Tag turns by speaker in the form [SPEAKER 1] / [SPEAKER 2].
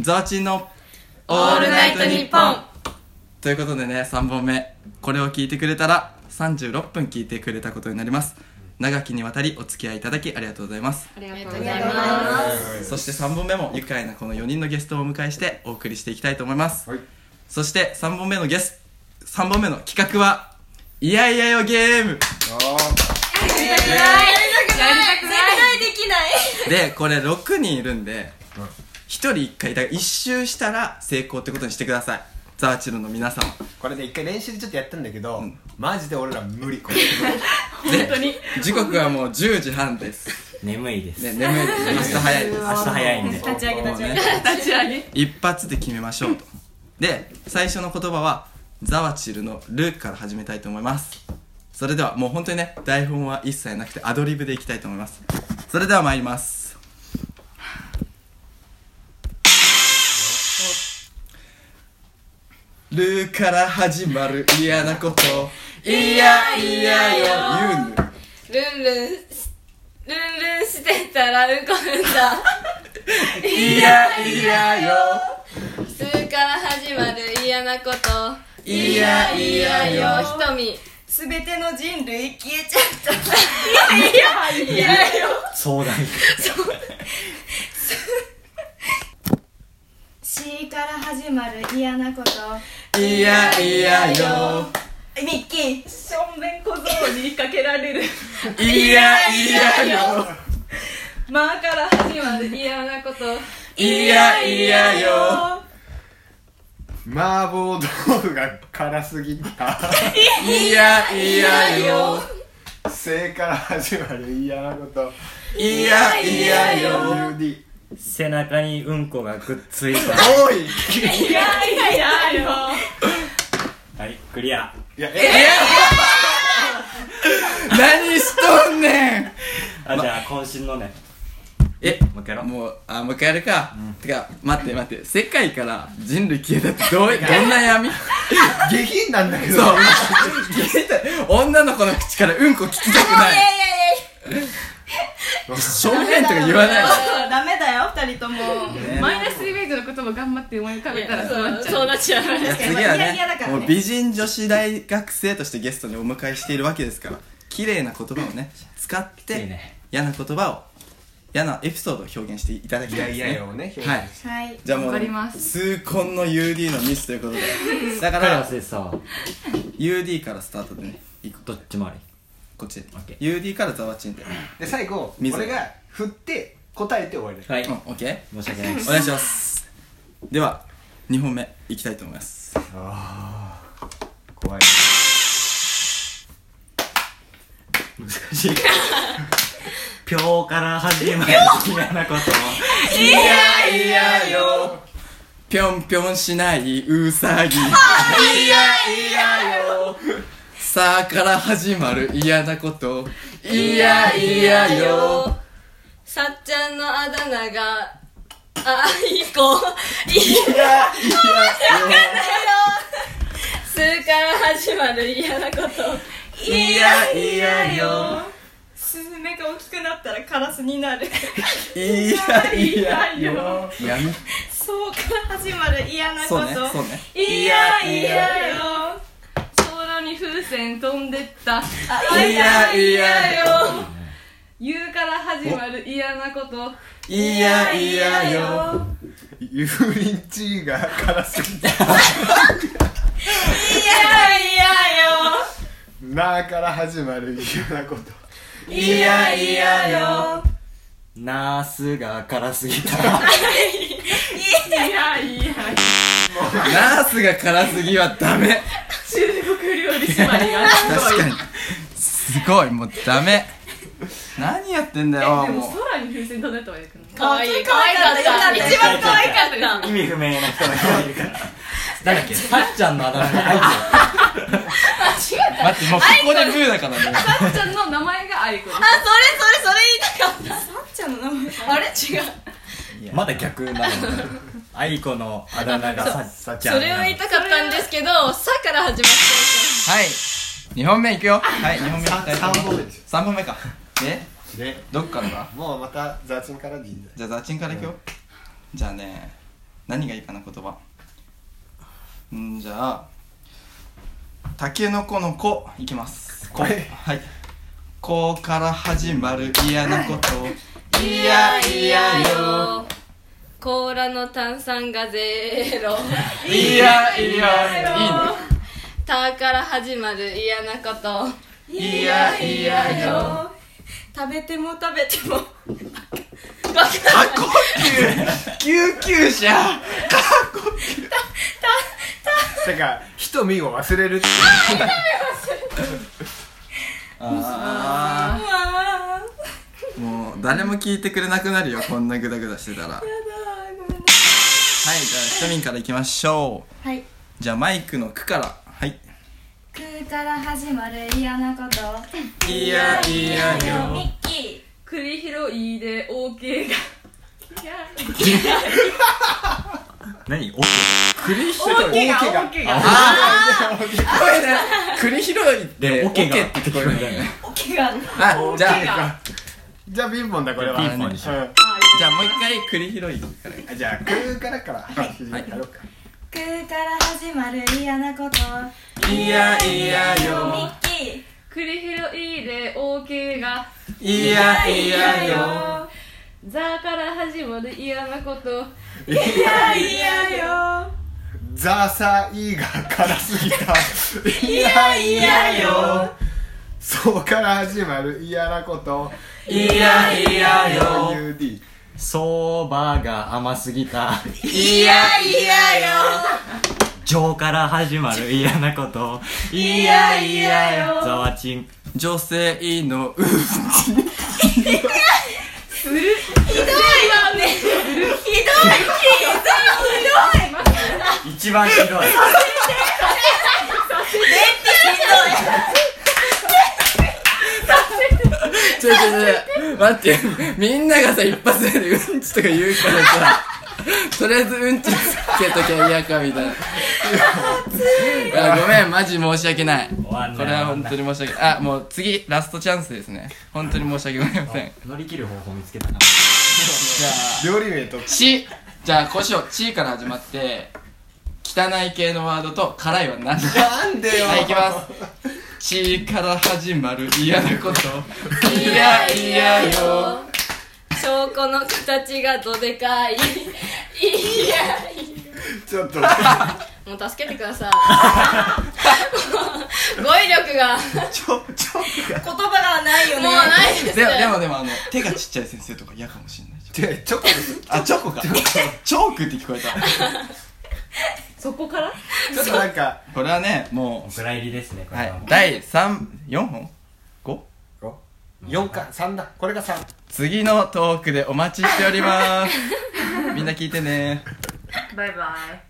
[SPEAKER 1] ザーチンの
[SPEAKER 2] オールナイトニッポン
[SPEAKER 1] ということでね3本目これを聞いてくれたら36分聞いてくれたことになります長きにわたりお付き合いいただきありがとうございます
[SPEAKER 3] ありがとう
[SPEAKER 2] う
[SPEAKER 3] ご
[SPEAKER 2] ご
[SPEAKER 3] ざ
[SPEAKER 2] ざ
[SPEAKER 3] い
[SPEAKER 2] い
[SPEAKER 3] ま
[SPEAKER 2] ます
[SPEAKER 1] そして3本目も愉快なこの4人のゲストをお迎えしてお送りしていきたいと思います、
[SPEAKER 4] はい
[SPEAKER 1] そして3本目のゲス3本目の企画は「いやいやよゲーム
[SPEAKER 3] 絶対できない」
[SPEAKER 1] でこれ6人いるんで1人1回だから1周したら成功ってことにしてくださいザーチルの皆さん
[SPEAKER 4] これで一回練習でちょっとやったんだけど、マジで俺ら無理これ
[SPEAKER 1] 本当に時刻はもう10時半です
[SPEAKER 5] 眠いです、
[SPEAKER 1] ね眠いです明日早いです
[SPEAKER 5] 明日早い んで
[SPEAKER 3] 立ち上げ立ち上げ
[SPEAKER 1] もうね
[SPEAKER 2] 立ち上げ
[SPEAKER 1] 一発で決めましょうとで最初の言葉は「ザワチルのル」から始めたいと思いますそれではもう本当にね台本は一切なくてアドリブでいきたいと思いますそれでは参りますルから始まる嫌なこといやいやよ言うぬ
[SPEAKER 3] ルンルンしルンルンしてたらうんこ踏んだ
[SPEAKER 1] いやいやよ
[SPEAKER 3] 数から始まる嫌なこと
[SPEAKER 1] いやいやよ
[SPEAKER 3] 瞳
[SPEAKER 6] すべての人類消えちゃった
[SPEAKER 5] 相談
[SPEAKER 6] C から始まる嫌なこと
[SPEAKER 1] いやいやよ
[SPEAKER 6] ミッキー
[SPEAKER 2] しょんべん小僧にかけられる
[SPEAKER 1] いやいやよ
[SPEAKER 2] まあから始まる
[SPEAKER 3] 嫌なこと
[SPEAKER 1] いやいやよ
[SPEAKER 4] 麻婆豆腐が辛すぎた
[SPEAKER 1] いやいやよ
[SPEAKER 4] 生から始まる嫌なこと
[SPEAKER 1] いやいやよ
[SPEAKER 4] UD
[SPEAKER 5] 背中にうんこがくっついた
[SPEAKER 4] おい
[SPEAKER 2] いやいやいやよ
[SPEAKER 5] はいクリア
[SPEAKER 4] いやえ
[SPEAKER 1] 何しとんねん
[SPEAKER 5] あじゃあ渾身のね
[SPEAKER 1] え
[SPEAKER 5] もう一回やろう
[SPEAKER 1] もうあもう一回やるか、てか待って待って世界から人類消えたってどういどんな 闇
[SPEAKER 4] 下品なんだけど
[SPEAKER 1] そう消えた女の子の口からうんこ聞きたくない正面とか言わない
[SPEAKER 6] ダメだよ二人とも
[SPEAKER 2] マイナスイメージの言葉頑張って思い浮かべたらそうなっちゃ
[SPEAKER 3] そううなっちゃう
[SPEAKER 1] いや
[SPEAKER 6] 確かに
[SPEAKER 1] 次は
[SPEAKER 6] まあ嫌々だ
[SPEAKER 1] ね
[SPEAKER 6] からね
[SPEAKER 1] もう美人女子大学生としてゲストにお迎えしているわけですから綺麗な言葉をね使っ
[SPEAKER 5] いい
[SPEAKER 1] て
[SPEAKER 5] ね
[SPEAKER 1] 嫌な言葉を嫌なエピソードを表現していただき
[SPEAKER 4] い
[SPEAKER 1] た
[SPEAKER 4] や
[SPEAKER 1] いで
[SPEAKER 4] い
[SPEAKER 1] す
[SPEAKER 4] や
[SPEAKER 1] ね
[SPEAKER 4] よね
[SPEAKER 1] はい
[SPEAKER 6] はい
[SPEAKER 1] じゃあも
[SPEAKER 2] わ
[SPEAKER 1] う
[SPEAKER 2] かります
[SPEAKER 1] 痛恨の UD のミスということでだか
[SPEAKER 5] 彼
[SPEAKER 1] ら
[SPEAKER 5] はせさ
[SPEAKER 1] UD からスタートでねいく
[SPEAKER 5] どっちもあり
[SPEAKER 1] こっちで
[SPEAKER 5] オッケー
[SPEAKER 1] UD からザワチンで
[SPEAKER 4] で最後
[SPEAKER 1] 水
[SPEAKER 4] 俺が振って答えて終わりだ
[SPEAKER 5] は
[SPEAKER 1] うん OK
[SPEAKER 5] 申し訳ないです
[SPEAKER 1] お願いしますでは2本目いきたいと思います
[SPEAKER 4] 怖い
[SPEAKER 5] 難しいぴょうから始まる嫌なこと
[SPEAKER 1] いやいやよぴょんぴょんしないウサギいやいやよさあから始まる嫌なこといやいやよ
[SPEAKER 3] さっちゃんのあだ名があいこい
[SPEAKER 1] いやい
[SPEAKER 3] 数から始まる嫌なこと
[SPEAKER 1] やいやいやよ
[SPEAKER 6] スズメが大きくなったらカラスになる
[SPEAKER 1] いやいや
[SPEAKER 2] いやいや
[SPEAKER 1] やめ
[SPEAKER 6] そうから始まる嫌なこ
[SPEAKER 1] そう
[SPEAKER 6] と
[SPEAKER 1] ねそうね
[SPEAKER 2] いやいやよ空に風船飛んでった
[SPEAKER 1] いやいやよ
[SPEAKER 2] 言うから始まる嫌なこと
[SPEAKER 1] いやいやよ
[SPEAKER 4] 油淋鶏が辛すぎたいやいやよなあから始まる嫌なこと
[SPEAKER 1] いやいやよ
[SPEAKER 5] ナースが辛すぎた
[SPEAKER 2] いやいや
[SPEAKER 1] ナースが辛すぎはダメ
[SPEAKER 2] 中国料理縛りが
[SPEAKER 1] 確かにすごいもうダメ何やってんだよ
[SPEAKER 2] でも
[SPEAKER 1] も
[SPEAKER 2] 空に風船飛んでったわよくない
[SPEAKER 3] かわいいかわいかった一番かわいかった
[SPEAKER 5] 意味不明な人がいる から誰だっけさっちゃんのあだ名が入ってる
[SPEAKER 1] う待ってもうここでブーだからね
[SPEAKER 2] さっちゃんの名前がアイコ
[SPEAKER 3] あ、それそれそれ言いたかっ
[SPEAKER 6] さっちゃんの名前
[SPEAKER 3] た。あれ違う。
[SPEAKER 5] まだ逆なのアイコのあだ名がささっちゃん
[SPEAKER 3] それを言いたかったんですけど、さから始まってる
[SPEAKER 1] はい2本目いくよはい2本目いきたいと思い
[SPEAKER 4] 3本目です
[SPEAKER 1] 3本目かえ
[SPEAKER 4] で
[SPEAKER 1] どっからだ
[SPEAKER 4] もうまた雑ンからでいいんだ
[SPEAKER 1] じゃあザチンからいくよじゃあね何がいいかな言葉んじゃあたけのこのこいきますこ
[SPEAKER 4] はい
[SPEAKER 1] はいこうから始まる嫌なこといやいやよ
[SPEAKER 3] 甲羅の炭酸がゼロ
[SPEAKER 1] いやいやいいね
[SPEAKER 3] タから始まる嫌なこと
[SPEAKER 1] いやいやよ
[SPEAKER 3] 食べても食べても
[SPEAKER 1] 過呼吸救急車
[SPEAKER 4] てか瞳を忘れるってい
[SPEAKER 1] あ
[SPEAKER 6] あ
[SPEAKER 1] ー
[SPEAKER 6] ー
[SPEAKER 1] もう誰も聞いてくれなくなるよこんなグダグダしてたらはいじゃあひとみんからいきましょう
[SPEAKER 6] はい
[SPEAKER 1] じゃあマイクの句からはい
[SPEAKER 6] 空から始まる嫌なこと
[SPEAKER 1] いやいや
[SPEAKER 6] ミッキ
[SPEAKER 2] 栗拾いで OK が
[SPEAKER 5] 何お
[SPEAKER 1] 栗拾
[SPEAKER 4] う
[SPEAKER 1] い
[SPEAKER 4] 大怪我
[SPEAKER 6] ーが
[SPEAKER 1] ああ聞こえない栗拾いって
[SPEAKER 5] でオケが
[SPEAKER 1] オケって聞こえるんだよ ね
[SPEAKER 6] 大怪我
[SPEAKER 1] あじゃあ
[SPEAKER 4] じゃあピンポンだこれは
[SPEAKER 5] ピンポンでしょ
[SPEAKER 4] う
[SPEAKER 1] じゃあもう一回栗拾いから
[SPEAKER 4] んじゃあ空からから始めたろうか
[SPEAKER 6] 空から始まる嫌なこと
[SPEAKER 1] いやいや
[SPEAKER 6] ミ
[SPEAKER 1] よ
[SPEAKER 6] ッキ
[SPEAKER 2] 栗拾いで OK が
[SPEAKER 1] いや
[SPEAKER 6] ー
[SPEAKER 1] いやよ
[SPEAKER 2] ザから始まる嫌なこと
[SPEAKER 6] いやよ
[SPEAKER 4] ザーサイが辛すぎた
[SPEAKER 1] いやいや
[SPEAKER 4] そうから始まる嫌なこと
[SPEAKER 1] いやいや
[SPEAKER 4] UD
[SPEAKER 5] そばが甘すぎた
[SPEAKER 1] いやいやよ
[SPEAKER 5] 情から始ま る嫌なこと
[SPEAKER 1] いやいやよ
[SPEAKER 5] ざわちん
[SPEAKER 1] 女性のうん
[SPEAKER 5] 一番ひどい
[SPEAKER 1] ちょちょちょ待ってみんながさ一発目でうんちとか言うからさとりあえずうんちつけときゃ嫌かみたいなあごめんマジ申し訳ない
[SPEAKER 5] 終わんない
[SPEAKER 1] これは本当に申し訳ないあもう次ラストチャンスですね本当に申し訳ございません
[SPEAKER 5] 乗り切る方法見つけたな
[SPEAKER 1] じゃあ
[SPEAKER 4] 料理名と
[SPEAKER 1] 「ち」じゃあこうしよう「ち」から始まって汚い系のワードと辛いは何だ
[SPEAKER 4] なんでよ
[SPEAKER 1] はい、いきます。ちから始まる嫌なこと。いやいやよ。
[SPEAKER 3] 証拠の形がどでかいいやい
[SPEAKER 4] ちょっと
[SPEAKER 3] やもう助けてください語彙力が
[SPEAKER 1] ちょ、ちょ。
[SPEAKER 6] 言葉がないよ
[SPEAKER 3] もう
[SPEAKER 6] ね
[SPEAKER 3] ないです
[SPEAKER 1] でも、でも、でも、あの、手がちっちゃい先生とか嫌かもしれない。
[SPEAKER 4] でチョコです
[SPEAKER 1] あ、チョコか。チョークって聞こえた。
[SPEAKER 2] そこから
[SPEAKER 4] ちょっとなんか
[SPEAKER 1] これはね、も
[SPEAKER 5] お蔵入りですねこ
[SPEAKER 1] う、
[SPEAKER 5] れ
[SPEAKER 1] は、
[SPEAKER 5] はい
[SPEAKER 1] 第三、四本 ?5?
[SPEAKER 4] 4か3だこれが3
[SPEAKER 1] 次 のトークでお待ちしております。みんな聞いてね。
[SPEAKER 2] バイバイ